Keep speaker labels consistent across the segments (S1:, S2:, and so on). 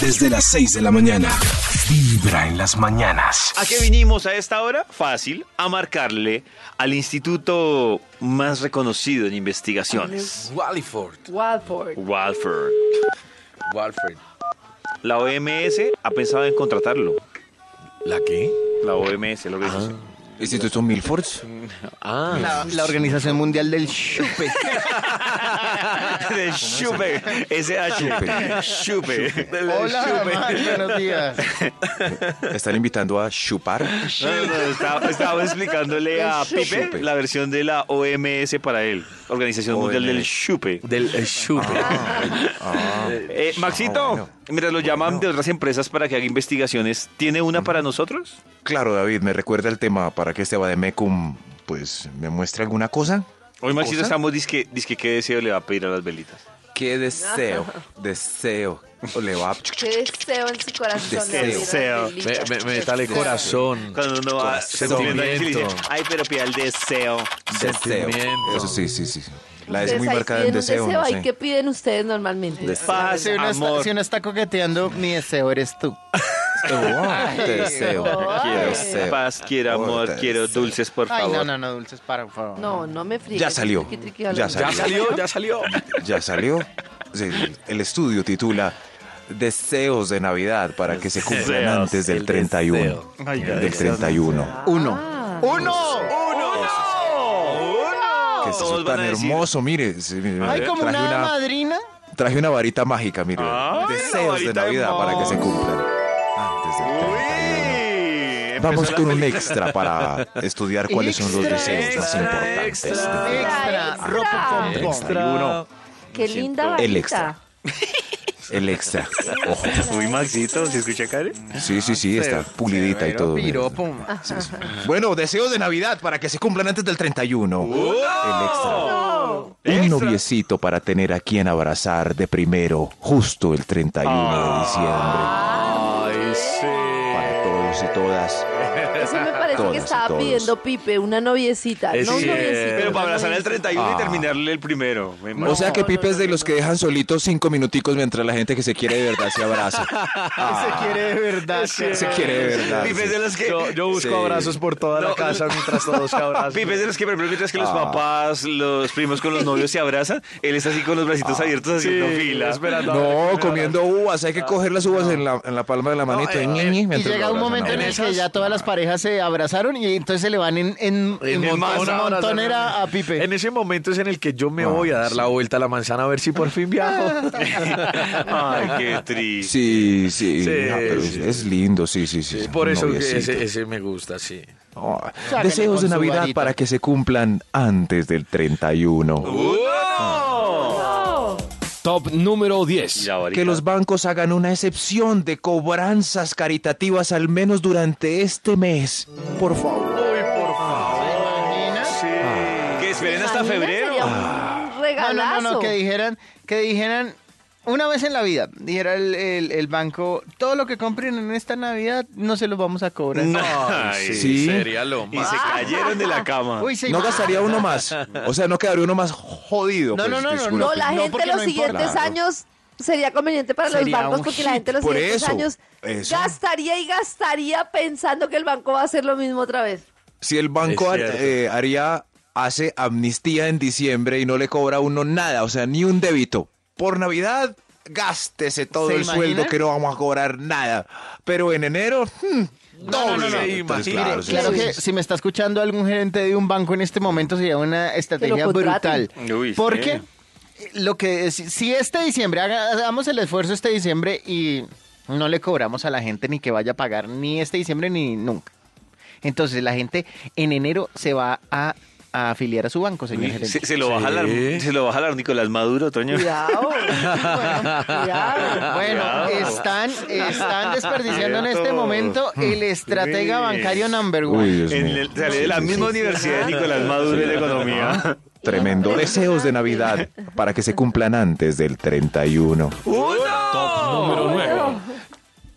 S1: desde las 6 de la mañana. Vibra en las mañanas.
S2: ¿A qué vinimos a esta hora? Fácil, a marcarle al instituto más reconocido en investigaciones,
S3: Walford.
S4: Walford.
S2: Walford.
S3: Walford.
S2: La OMS ha pensado en contratarlo.
S3: ¿La qué?
S2: La OMS, lo que dice.
S3: Instituto Milford.
S5: La, la Organización Mundial del Chupe.
S2: De Schupe, SH. Schupe.
S5: Hola,
S3: Ah,
S5: Max, buenos días.
S6: Están invitando a chupar.
S2: No, no, no, estaba, estaba explicándole a Pipe la versión de la OMS para él, Organización Mundial del Chupe.
S3: Del chupe.
S2: Eh, Maxito,
S6: Ah, bueno.
S2: mientras lo llaman de otras empresas para que haga investigaciones, ¿tiene una para nosotros?
S6: Claro, David, me recuerda el tema para que este Bademecum, pues, me muestre alguna cosa.
S2: Hoy Maxito estamos disque, disque qué deseo le va a pedir a las velitas.
S6: ¿Qué deseo? Deseo. O le va a...
S4: Qué deseo en su corazón.
S2: Deseo. Deseo.
S3: Me, me, dale corazón.
S2: Cuando uno va cumpliendo años y le dice,
S3: Sentimiento.
S2: ay, pero pida el deseo.
S6: Deseo.
S3: Sentimiento.
S6: Eso sí, sí, sí. La es muy marcada en deseo,
S4: deseo
S6: no
S4: ay,
S6: sé.
S4: ¿Qué piden ustedes normalmente?
S2: Paz,
S5: Si uno,
S2: amor.
S5: está, si uno está coqueteando, mi deseo eres tú.
S6: Oh, te deseo.
S4: Ay.
S6: Quiero deseo.
S2: Paz, quiero
S6: Oh,
S2: amor,
S6: te
S2: quiero
S6: deseo.
S2: dulces, por
S5: Ay,
S2: favor.
S5: no, no, no, dulces, para, por favor.
S4: No, no me friegues.
S6: Ya salió.
S4: Triqui, triqui, habla.
S6: Ya salió.
S3: Ya salió, ya salió.
S6: ¿Ya salió? Sí, El estudio titula Deseos de Navidad para que se cumplan
S2: Deseos,
S6: antes del
S3: el
S6: 31.
S3: deseo.
S6: Del 31.
S4: Ah,
S5: Uno. ¡Uno!
S2: Eh,
S6: Que es
S2: Todos
S6: eso
S2: van
S6: tan
S2: a decir-
S6: hermoso, mire. sí, mire,
S5: Ay, como
S6: traje
S5: una, madrina.
S6: Traje una varita mágica, mire.
S2: Ay, la
S6: Deseos de
S2: varita de
S6: Navidad para que se cumplan antes del 31.
S2: Uy,
S6: Vamos
S2: empezó la
S6: con un
S2: película.
S6: extra para estudiar cuáles son los
S5: Extra,
S6: deseos más
S2: extra,
S6: importantes.
S2: extra.
S5: Extra,
S4: extra.
S5: ropa con
S6: El
S5: bomba.
S6: 31,
S4: Qué linda varita.
S6: El extra. el extra. Ojo.
S2: Uy, Maxito, ¿se escucha, Karen?
S6: Sí, sí, sí, está pulidita y todo. mire.
S5: Piropo.
S6: Sí, sí. Bueno, deseos de Navidad para que se cumplan antes del 31.
S2: ¡Oh!
S6: El extra.
S4: No.
S6: Un noviecito para tener a quien abrazar de primero, justo el 31 de diciembre.
S2: Ay, sí.
S6: Para todos y todas.
S4: Eso me parece que
S6: Todas y
S4: estaba
S6: todos.
S4: pidiendo Pipe, una noviecita.
S3: Es
S4: no un
S3: cierto.
S4: noviecito.
S2: Pero
S4: una
S2: para abrazar el
S4: noviecita.
S2: 31 y terminarle el primero. Me
S6: o
S2: imagino.
S6: sea que
S4: no,
S6: Pipe es
S4: no,
S6: de
S4: no,
S6: los que dejan solitos cinco minuticos mientras la gente que se quiere de verdad se abraza.
S5: Se quiere de verdad.
S6: Se quiere de verdad.
S2: Pipe es de los que.
S3: Yo, yo busco
S6: Sí.
S3: abrazos por toda la
S2: No.
S3: casa mientras todos abrazos.
S2: Pipe es de los que, por ejemplo, mientras que los papás, los primos con los novios se abrazan, él está así con los bracitos abiertos haciendo fila.
S3: Esperando.
S6: No, comiendo uvas, hay que coger las uvas en la, en la palma de la manito.
S3: eh,
S6: ñi, ñi,
S5: Y
S6: mientras lo
S5: llega
S6: abrazan
S5: un
S6: a
S5: momento en
S6: uno.
S5: el que ya todas las parejas se abrazaron y entonces se le van en, en, en
S3: el
S5: montón-
S3: manzana,
S5: montonera
S3: abrazarme.
S5: a Pipe.
S3: En ese momento es en el que yo me
S6: Ah,
S3: voy a dar
S6: sí.
S3: la vuelta a la manzana a ver si por fin viajo.
S2: Ay, qué triste.
S6: Sí, sí,
S3: Sí,
S6: no, pero
S3: sí.
S6: es lindo, sí, sí, sí.
S3: Es por
S6: un
S3: eso que
S6: noviecito.
S3: ese, ese me gusta, sí.
S6: Oh,
S5: Sácale
S6: Deseos de
S5: con su
S6: Navidad
S5: varita.
S6: para que se cumplan antes del 31.
S1: Top número 10.
S2: Ya, varita.
S6: Que los bancos hagan una excepción de cobranzas caritativas al menos durante este mes. Por favor.
S5: ¿Imaginas?
S2: Que esperen hasta
S4: Imagina,
S2: febrero.
S4: sería
S6: Ah.
S4: un
S5: No,
S4: regalazo.
S5: no, no, no, que dijeran, que dijeran una vez en la vida, dijera el, el- el banco, todo lo que compren en esta Navidad no se los vamos a cobrar.
S2: Ay,
S6: Sí.
S3: Sería lo
S2: Y
S3: más.
S2: se cayeron de la cama.
S5: Uy, se
S6: No
S5: imagina-
S6: gastaría uno más. O sea, no quedaría uno más jodido.
S5: No,
S6: pues,
S5: no, no, no,
S6: disculpe.
S4: No, la
S5: No,
S4: gente
S5: porque
S4: los
S5: no importa.
S4: siguientes
S6: Claro.
S4: años sería conveniente para los
S5: Sería
S4: bancos
S5: un
S4: porque la gente los
S6: por
S4: siguientes
S6: eso,
S4: años
S6: eso.
S4: gastaría y gastaría pensando que el banco va a hacer lo mismo otra vez.
S6: Si el banco
S3: Es
S6: har-
S3: cierto.
S6: eh, haría, hace amnistía en diciembre y no le cobra a uno nada, o sea, ni un débito. Por Navidad, gástese todo
S5: ¿Se
S6: el
S5: imagina?
S6: sueldo que no vamos a cobrar nada. Pero en enero, hmm,
S3: no, no,
S6: doble.
S3: no.
S6: Entonces,
S3: Imagínate.
S6: claro, sí,
S5: Claro
S6: sí,
S5: que
S6: sí.
S5: si me está escuchando algún gerente de un banco en este momento sería una estrategia
S4: contraten.
S5: brutal.
S2: Uy,
S5: porque
S2: sí.
S5: lo que si, si este diciembre haga- hagamos el esfuerzo este diciembre y no le cobramos a la gente ni que vaya a pagar ni este diciembre ni nunca. Entonces la gente en enero se va a, a afiliar a su banco, señor gerente.
S2: Se, se lo va a jalar, se lo va a jalar Nicolás Maduro, Toño.
S4: Cuidado. Bueno, cuidado.
S5: Bueno, están, están desperdiciando en este
S2: Cierto.
S5: momento el estratega
S2: Sí.
S5: bancario number one.
S6: Uy, Dios
S2: En
S6: mío.
S2: el- salió de la misma universidad de Nicolás Maduro en economía.
S6: Tremendo. Deseos de Navidad para que se cumplan antes del 31.
S1: Número 9.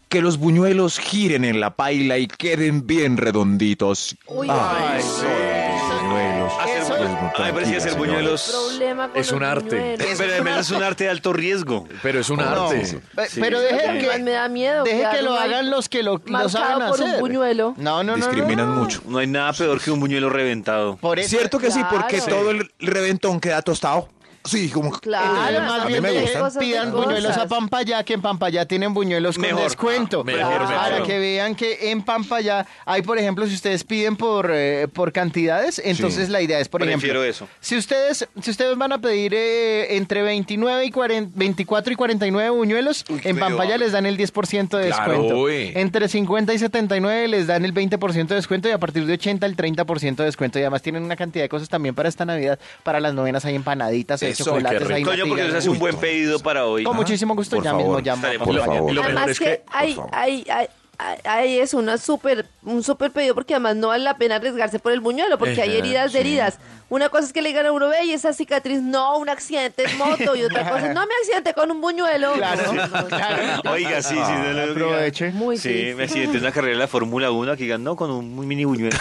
S6: Que los buñuelos giren en la paila y queden bien redonditos. Ah.
S4: Uy,
S6: Ay,
S4: ay,
S6: son- buñuelos.
S2: Hacer
S5: Eso-
S2: buñuelos.
S6: Muy
S2: A mí me parecía
S6: tranquila,
S2: hacer
S6: señora.
S2: buñuelos. eh,
S4: Problema con
S3: Es un
S4: los
S3: arte.
S4: buñuelos.
S5: Es
S2: Pero
S5: un
S2: además es un arte de alto riesgo.
S3: Pero es un
S5: No,
S3: arte.
S5: pe-
S3: Sí.
S5: pero deje
S4: Ay,
S5: que,
S4: me da miedo
S5: deje que
S4: quedar
S5: lo
S4: uno ahí
S5: hagan los que lo, lo
S4: marcado
S5: saben
S4: por un
S5: hacer.
S4: buñuelo.
S5: No, no, no, no.
S6: Discriminan
S5: no.
S6: mucho.
S2: No hay nada peor que un buñuelo reventado.
S5: Por eso.
S6: Cierto que sí, porque
S4: Claro.
S6: todo el reventón queda tostado. Sí, como que-
S4: Claro,
S5: Claro,
S6: A
S5: más
S6: mí
S5: bien
S6: me
S5: dejen-
S6: gustan.
S4: Cosas de
S5: pidan
S4: cosas.
S5: buñuelos a Pampayá, que en Pampayá tienen buñuelos con
S2: Mejor,
S5: descuento.
S3: mejor,
S5: para
S2: mejor.
S5: que vean que en Pampayá hay, por ejemplo, si ustedes piden por, eh, por cantidades, entonces la idea es, por
S2: Prefiero
S5: ejemplo,
S2: eso.
S5: Si ustedes, si ustedes van a pedir eh, entre 29 y 40, 24 y 49 buñuelos,
S2: Uy, qué
S5: en
S2: medio
S5: Pampaya
S2: hambre.
S5: les dan el 10% de
S3: Claro,
S5: descuento.
S3: uy.
S5: Entre 50 y 79 les dan el 20% de descuento y a partir de 80 el 30% de descuento. Y además tienen una cantidad de cosas también para esta Navidad, para las novenas, hay empanaditas, hay
S6: Eso,
S5: chocolates,
S3: qué rico.
S5: hay
S2: Coño, porque
S5: natillas.
S2: nos hace un
S5: Uy,
S2: buen pedido para hoy.
S5: Con muchísimo gusto,
S6: Por
S5: ya
S6: favor.
S5: mismo llamo. a
S2: Estaremos
S5: Pampaya.
S6: por favor.
S3: Lo mejor
S4: Además
S3: es
S4: que,
S3: que-
S4: hay,
S6: favor.
S4: hay, hay, hay, hay eso, una super, un súper pedido porque además no vale la pena arriesgarse por el buñuelo porque hay
S3: Ejá,
S4: heridas de heridas. Una cosa es que le digan a uno, ve, y esa cicatriz, no, un accidente en moto y otra cosa, no me accidenté con un buñuelo.
S5: Claro,
S4: No, no, no.
S5: claro.
S2: Oiga, sí, sí. no lo diga.
S5: Aproveche.
S4: Muy
S2: Sí,
S4: triste.
S2: me accidenté en una carrera de la Fórmula 1 que ganó con un mini buñuelo.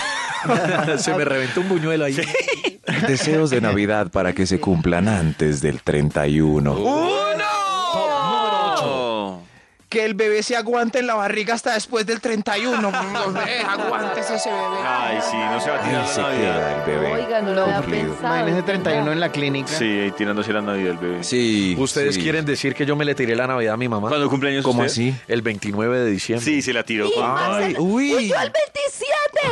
S3: Se me reventó un buñuelo ahí.
S6: Deseos de Navidad para que se cumplan antes del 31.
S2: ¡Uno!
S6: Que el bebé se aguante en la barriga hasta después del 31. eh, Aguántese ese bebé.
S2: Ay, sí, no se va a tirar
S6: Ahí se
S2: la Navidad.
S6: queda el bebé.
S4: Oiga, no lo había
S6: Cumplido.
S4: pensado.
S5: Imagínense 31 en la clínica.
S2: Sí, ahí tirándose la Navidad el bebé.
S6: Sí.
S3: ¿Ustedes
S6: sí.
S3: quieren decir que yo me le tiré la Navidad a mi mamá?
S2: ¿Cuándo cumpleaños
S3: ¿Cómo
S2: usted?
S3: así? El 29 de diciembre.
S2: Sí, se la tiró.
S4: Y
S2: Juan.
S4: Max el-
S6: Ay, uy.
S4: ¡Uy, yo el 27!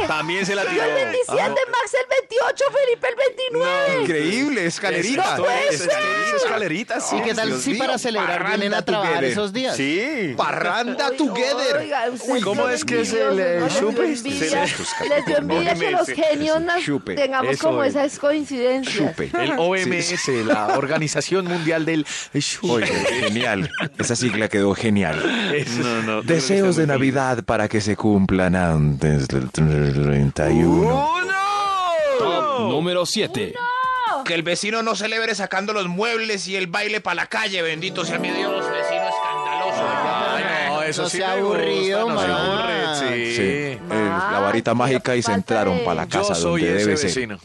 S2: También se la
S4: Yo
S2: tiró.
S4: el 27, Max el 28, Felipe el 29.
S6: Increíble, escalerita.
S4: No puede ser.
S6: escalerita, sí.
S5: ¿Y qué tal
S6: Dios
S5: si
S6: mío,
S5: para celebrar
S6: parranda
S5: vienen a trabajar
S6: together.
S5: esos días?
S2: Ah. Sí.
S6: Parranda together.
S4: Oiga, ustedes
S3: ¿cómo
S4: son
S3: es que se
S4: envidiosos,
S3: le-
S4: ¿no? Les dio
S3: chupe?
S4: envidia-
S6: Se le-
S4: Les dio envidia que los
S2: Ese
S4: genios nas-
S6: chupe.
S4: tengamos
S3: Eso
S4: como
S3: es.
S4: esas coincidencias.
S6: Chupe.
S3: El OMS,
S6: Sí,
S3: la Organización Mundial del...
S6: Oye, genial. Esa sigla quedó genial.
S2: No, no.
S6: Deseos de Navidad para que se cumplan antes del 31.
S1: Top número 7.
S7: Oh, Que el vecino no celebre sacando los muebles y el baile para la calle, bendito sea mi Dios, vecino escandaloso.
S4: Ah,
S3: no, eso
S5: No
S3: sí
S5: sea
S3: me gusta,
S5: aburrido,
S3: no sea
S5: mamá.
S3: aburre,
S6: Sí,
S3: sí.
S6: eh, la varita
S4: Max,
S6: mágica y se
S4: falta
S6: entraron
S4: de-
S6: para la
S3: Yo
S6: casa
S3: soy
S6: donde
S3: ese
S6: debe ser.
S3: vecino.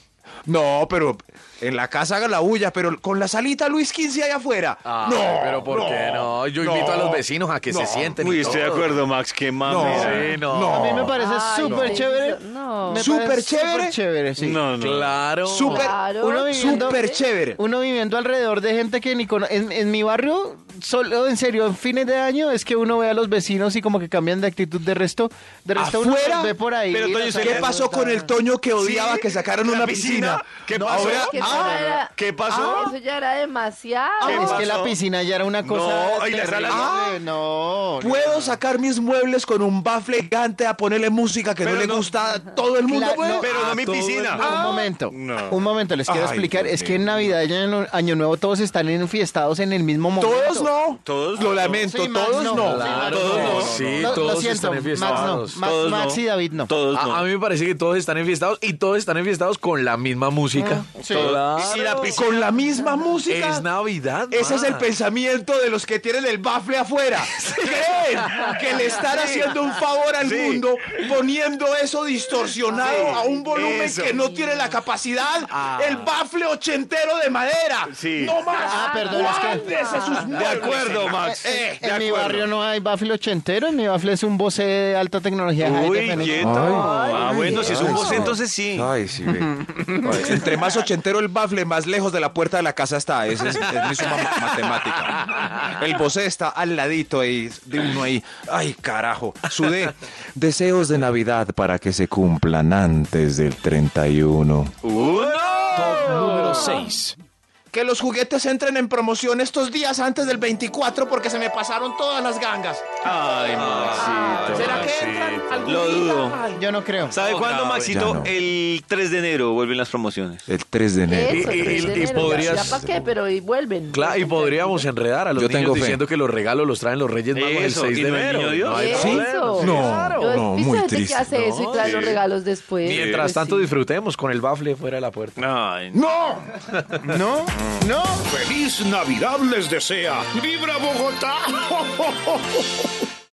S6: No, pero en la casa haga la bulla, pero con la salita Luis 15 allá afuera.
S3: Ah,
S6: no,
S3: pero ¿por
S6: no,
S3: qué no? Yo
S6: no,
S3: invito a los vecinos a que se
S6: no.
S3: sienten. y
S2: Uy, estoy de
S3: todo.
S2: acuerdo, Max. Qué eh.
S3: Sí,
S2: mame.
S3: no.
S6: No.
S5: A mí me parece
S4: Ay,
S5: súper
S4: no.
S5: chévere.
S4: No.
S5: Me
S6: ¿Súper
S5: parece súper
S6: chévere?
S5: chévere, sí.
S2: No, no.
S3: Claro.
S6: Súper,
S4: Claro.
S5: Uno viviendo,
S6: súper chévere.
S5: uno viviendo alrededor de gente que ni conoce. En, en mi barrio, solo en serio, en fines de año es que uno ve a los vecinos y como que cambian de actitud. De resto, de resto uno
S6: ¿Afuera?
S5: los ve por ahí.
S2: Pero, Toño,
S5: los
S2: ¿usted
S6: ¿Qué
S5: saluda.
S6: pasó con el Toño que odiaba que sacaran
S2: ¿La
S6: una piscina?
S2: ¿Qué
S6: No,
S2: pasó?
S6: ahora-
S4: Que eso
S6: ah,
S4: ya era- ah,
S2: ¿Qué pasó?
S4: Eso ya era demasiado.
S5: Ah, es que la
S2: pasó?
S5: piscina ya era una cosa.
S2: No, y la sala-
S5: terrible.
S6: Ah.
S5: no. no.
S6: ¿Puedo sacar mis muebles con un bafle gigante a ponerle música que no
S2: Pero
S6: le
S2: no.
S6: gusta a todo el mundo?
S5: Cla-
S6: güey?
S5: no,
S2: Pero no mi
S3: todo el
S2: piscina.
S5: No, un momento,
S2: Ah. no.
S5: un momento, les quiero
S6: Ay,
S5: explicar.
S6: Dios
S5: Es que
S6: mío.
S5: en Navidad y en Año Nuevo todos están enfiestados en el mismo momento.
S6: Todos no.
S2: Todos
S6: Lo
S2: no.
S6: lamento,
S5: Sí, Max,
S6: todos
S5: no.
S6: no.
S5: Sí, Max,
S3: Claro,
S2: Todos no, no,
S3: sí,
S5: Lo-
S3: todos
S5: lo siento,
S3: están
S5: Max no,
S3: enfiestados.
S5: Max,
S2: Pues Todos no.
S5: Max y David no.
S2: Todos
S3: A,
S2: no.
S3: a mí me parece que todos están enfiestados y todos están enfiestados con la misma música.
S5: Sí.
S3: ah,
S2: Y la piscina.
S6: Con la misma música.
S3: Es Navidad.
S6: Ese es el
S2: Ah.
S3: ma.
S6: pensamiento de los que tienen el bafle afuera. Creen que le están haciendo un favor al
S2: Sí.
S6: mundo poniendo eso distorsionado
S2: Sí,
S6: a un volumen
S2: eso. Ah.
S6: que no tiene la capacidad. El bafle ochentero de madera.
S2: Sí.
S6: No más.
S5: Ah, perdón, es que-
S6: Guárdese sus
S2: De acuerdo, Max.
S5: Eh,
S2: de
S5: en mi
S2: acuerdo.
S5: barrio no hay bafle ochentero, en mi bafle es un bocé de alta tecnología. high
S2: Uy,
S5: definition.
S2: quieto. ah, bueno, si es un bocé, entonces sí.
S6: Ay, sí, ve. Ay, Entre más ochentero el bafle, más lejos de la puerta de la casa está. Esa es, es mi suma ma- matemática. El bosé está al ladito ahí, de uno ahí. Ay, carajo. Sudé. Deseos de Navidad para que se cumplan antes del 31.
S1: Número 6.
S7: Que los juguetes entren en promoción estos días antes del 24 porque se me pasaron todas las gangas.
S2: Ay, Maxito.
S7: ¿Será que entran algún
S2: Lo
S7: día?
S2: dudo.
S7: Ay,
S5: Yo no creo.
S2: ¿Sabe cuándo, Maxito?
S6: Ya no.
S2: El 3 de enero vuelven las promociones.
S6: El 3 de enero.
S4: Eso,
S3: Y- y-
S4: tres de
S3: y
S4: enero,
S3: podrías-
S4: Ya para qué, pero y vuelven.
S3: Claro, y podríamos enredar a los
S6: Yo
S3: niños
S6: tengo fe.
S3: diciendo que los regalos los traen los Reyes Magos
S2: Eso,
S3: el 6
S2: y
S3: de
S2: no el
S3: enero.
S2: niño Dios.
S3: No hay
S4: Eso.
S3: problema, sí,
S6: No,
S3: claro.
S4: Yo he
S6: no,
S4: visto
S6: muy
S4: gente
S6: triste.
S4: que hace eso y trae
S2: sí.
S4: los regalos después.
S3: Mientras
S4: Pues
S3: tanto
S4: sí.
S3: disfrutemos con el bafle fuera de la puerta.
S2: Ay,
S6: ¡No!
S5: No, no.
S8: Feliz Navidad les desea. ¡Vibra Bogotá!